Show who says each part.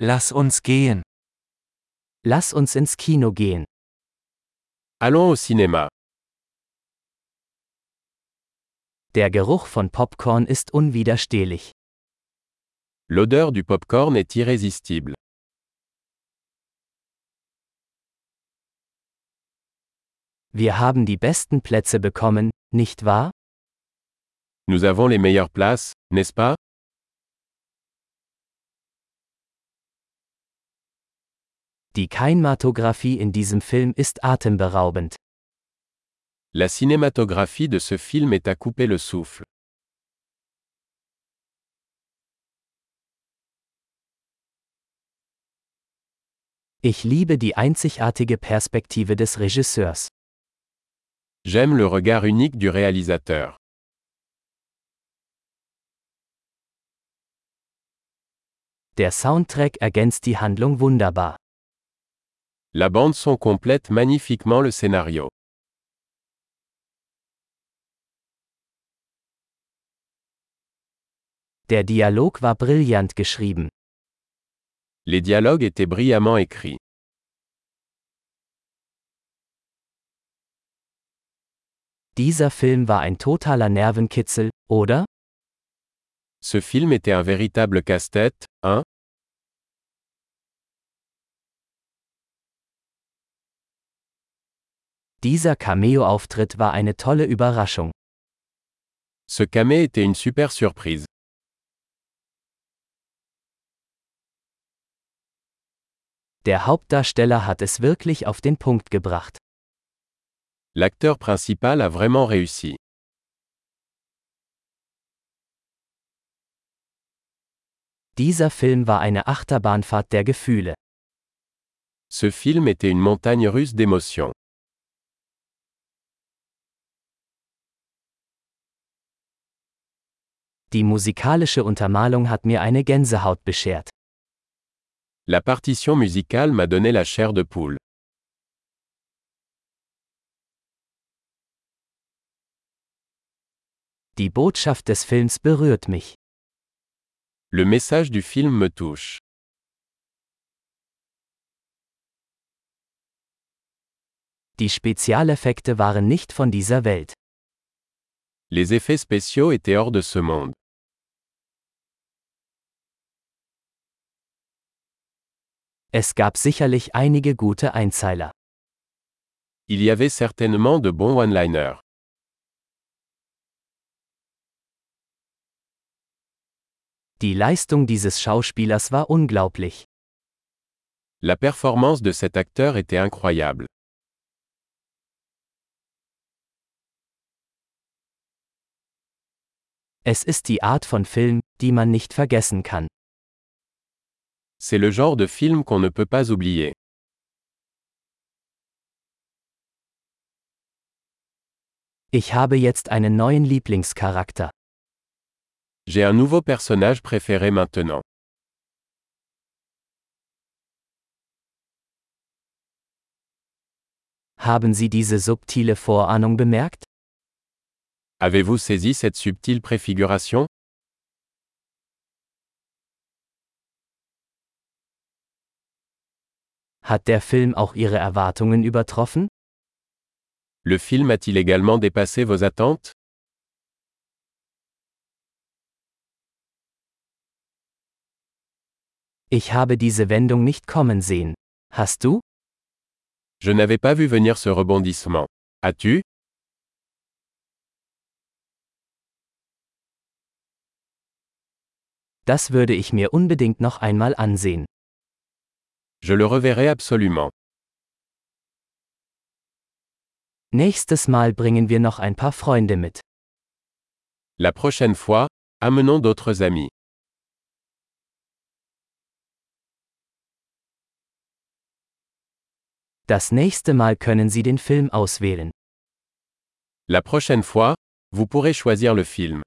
Speaker 1: Lass uns gehen.
Speaker 2: Lass uns ins Kino gehen.
Speaker 3: Allons au cinéma.
Speaker 2: Der Geruch von Popcorn ist unwiderstehlich.
Speaker 3: L'odeur du popcorn est irrésistible.
Speaker 2: Wir haben die besten Plätze bekommen, nicht wahr?
Speaker 3: Nous avons les meilleures places, n'est-ce pas
Speaker 2: Die Kinematographie in diesem Film ist atemberaubend.
Speaker 3: La cinématographie de ce film est à couper le souffle.
Speaker 2: Ich liebe die einzigartige Perspektive des Regisseurs.
Speaker 3: J'aime le regard unique du réalisateur.
Speaker 2: Der Soundtrack ergänzt die Handlung wunderbar.
Speaker 3: La bande son complète magnifiquement le scénario.
Speaker 2: Der Dialog war brillant geschrieben.
Speaker 3: Les dialogues étaient brillamment écrits.
Speaker 2: Dieser Film war ein totaler Nervenkitzel, oder?
Speaker 3: Ce film était un véritable casse-tête, hein
Speaker 2: Dieser Cameo-Auftritt war eine tolle Überraschung.
Speaker 3: Ce camé était une super surprise.
Speaker 2: Der Hauptdarsteller hat es wirklich auf den Punkt gebracht.
Speaker 3: L'acteur principal a vraiment réussi.
Speaker 2: Dieser Film war eine Achterbahnfahrt der Gefühle.
Speaker 3: Ce film était une montagne russe d'émotions.
Speaker 2: Die musikalische Untermalung hat mir eine Gänsehaut beschert.
Speaker 3: La partition musicale m'a donné la chair de poule.
Speaker 2: Die Botschaft des Films berührt mich.
Speaker 3: Le message du film me touche.
Speaker 2: Die Spezialeffekte waren nicht von dieser Welt.
Speaker 3: Les effets spéciaux étaient hors de ce monde.
Speaker 2: Es gab sicherlich einige gute Einzeiler.
Speaker 3: Il y avait certainement de bons one-liners.
Speaker 2: Die Leistung dieses Schauspielers war unglaublich.
Speaker 3: La performance de cet acteur était incroyable.
Speaker 2: Es ist die Art von Film, die man nicht vergessen kann.
Speaker 3: C'est le genre de film qu'on ne peut pas oublier.
Speaker 2: Ich habe jetzt einen neuen Lieblingscharakter.
Speaker 3: J'ai un nouveau personnage préféré maintenant.
Speaker 2: Haben Sie diese subtile Vorahnung bemerkt?
Speaker 3: Avez-vous saisi cette subtile préfiguration
Speaker 2: Hat der Film auch Ihre Erwartungen übertroffen?
Speaker 3: Le film a-t-il également dépassé vos attentes
Speaker 2: Ich habe diese Wendung nicht kommen sehen. Hast du?
Speaker 3: Je n'avais pas vu venir ce rebondissement. As-tu
Speaker 2: Das würde ich mir unbedingt noch einmal ansehen.
Speaker 3: Je le reverrai absolument.
Speaker 2: Nächstes Mal bringen wir noch ein paar Freunde mit.
Speaker 3: La prochaine fois, amenons d'autres amis.
Speaker 2: Das nächste Mal können Sie den Film auswählen.
Speaker 3: La prochaine fois, vous pourrez choisir le film.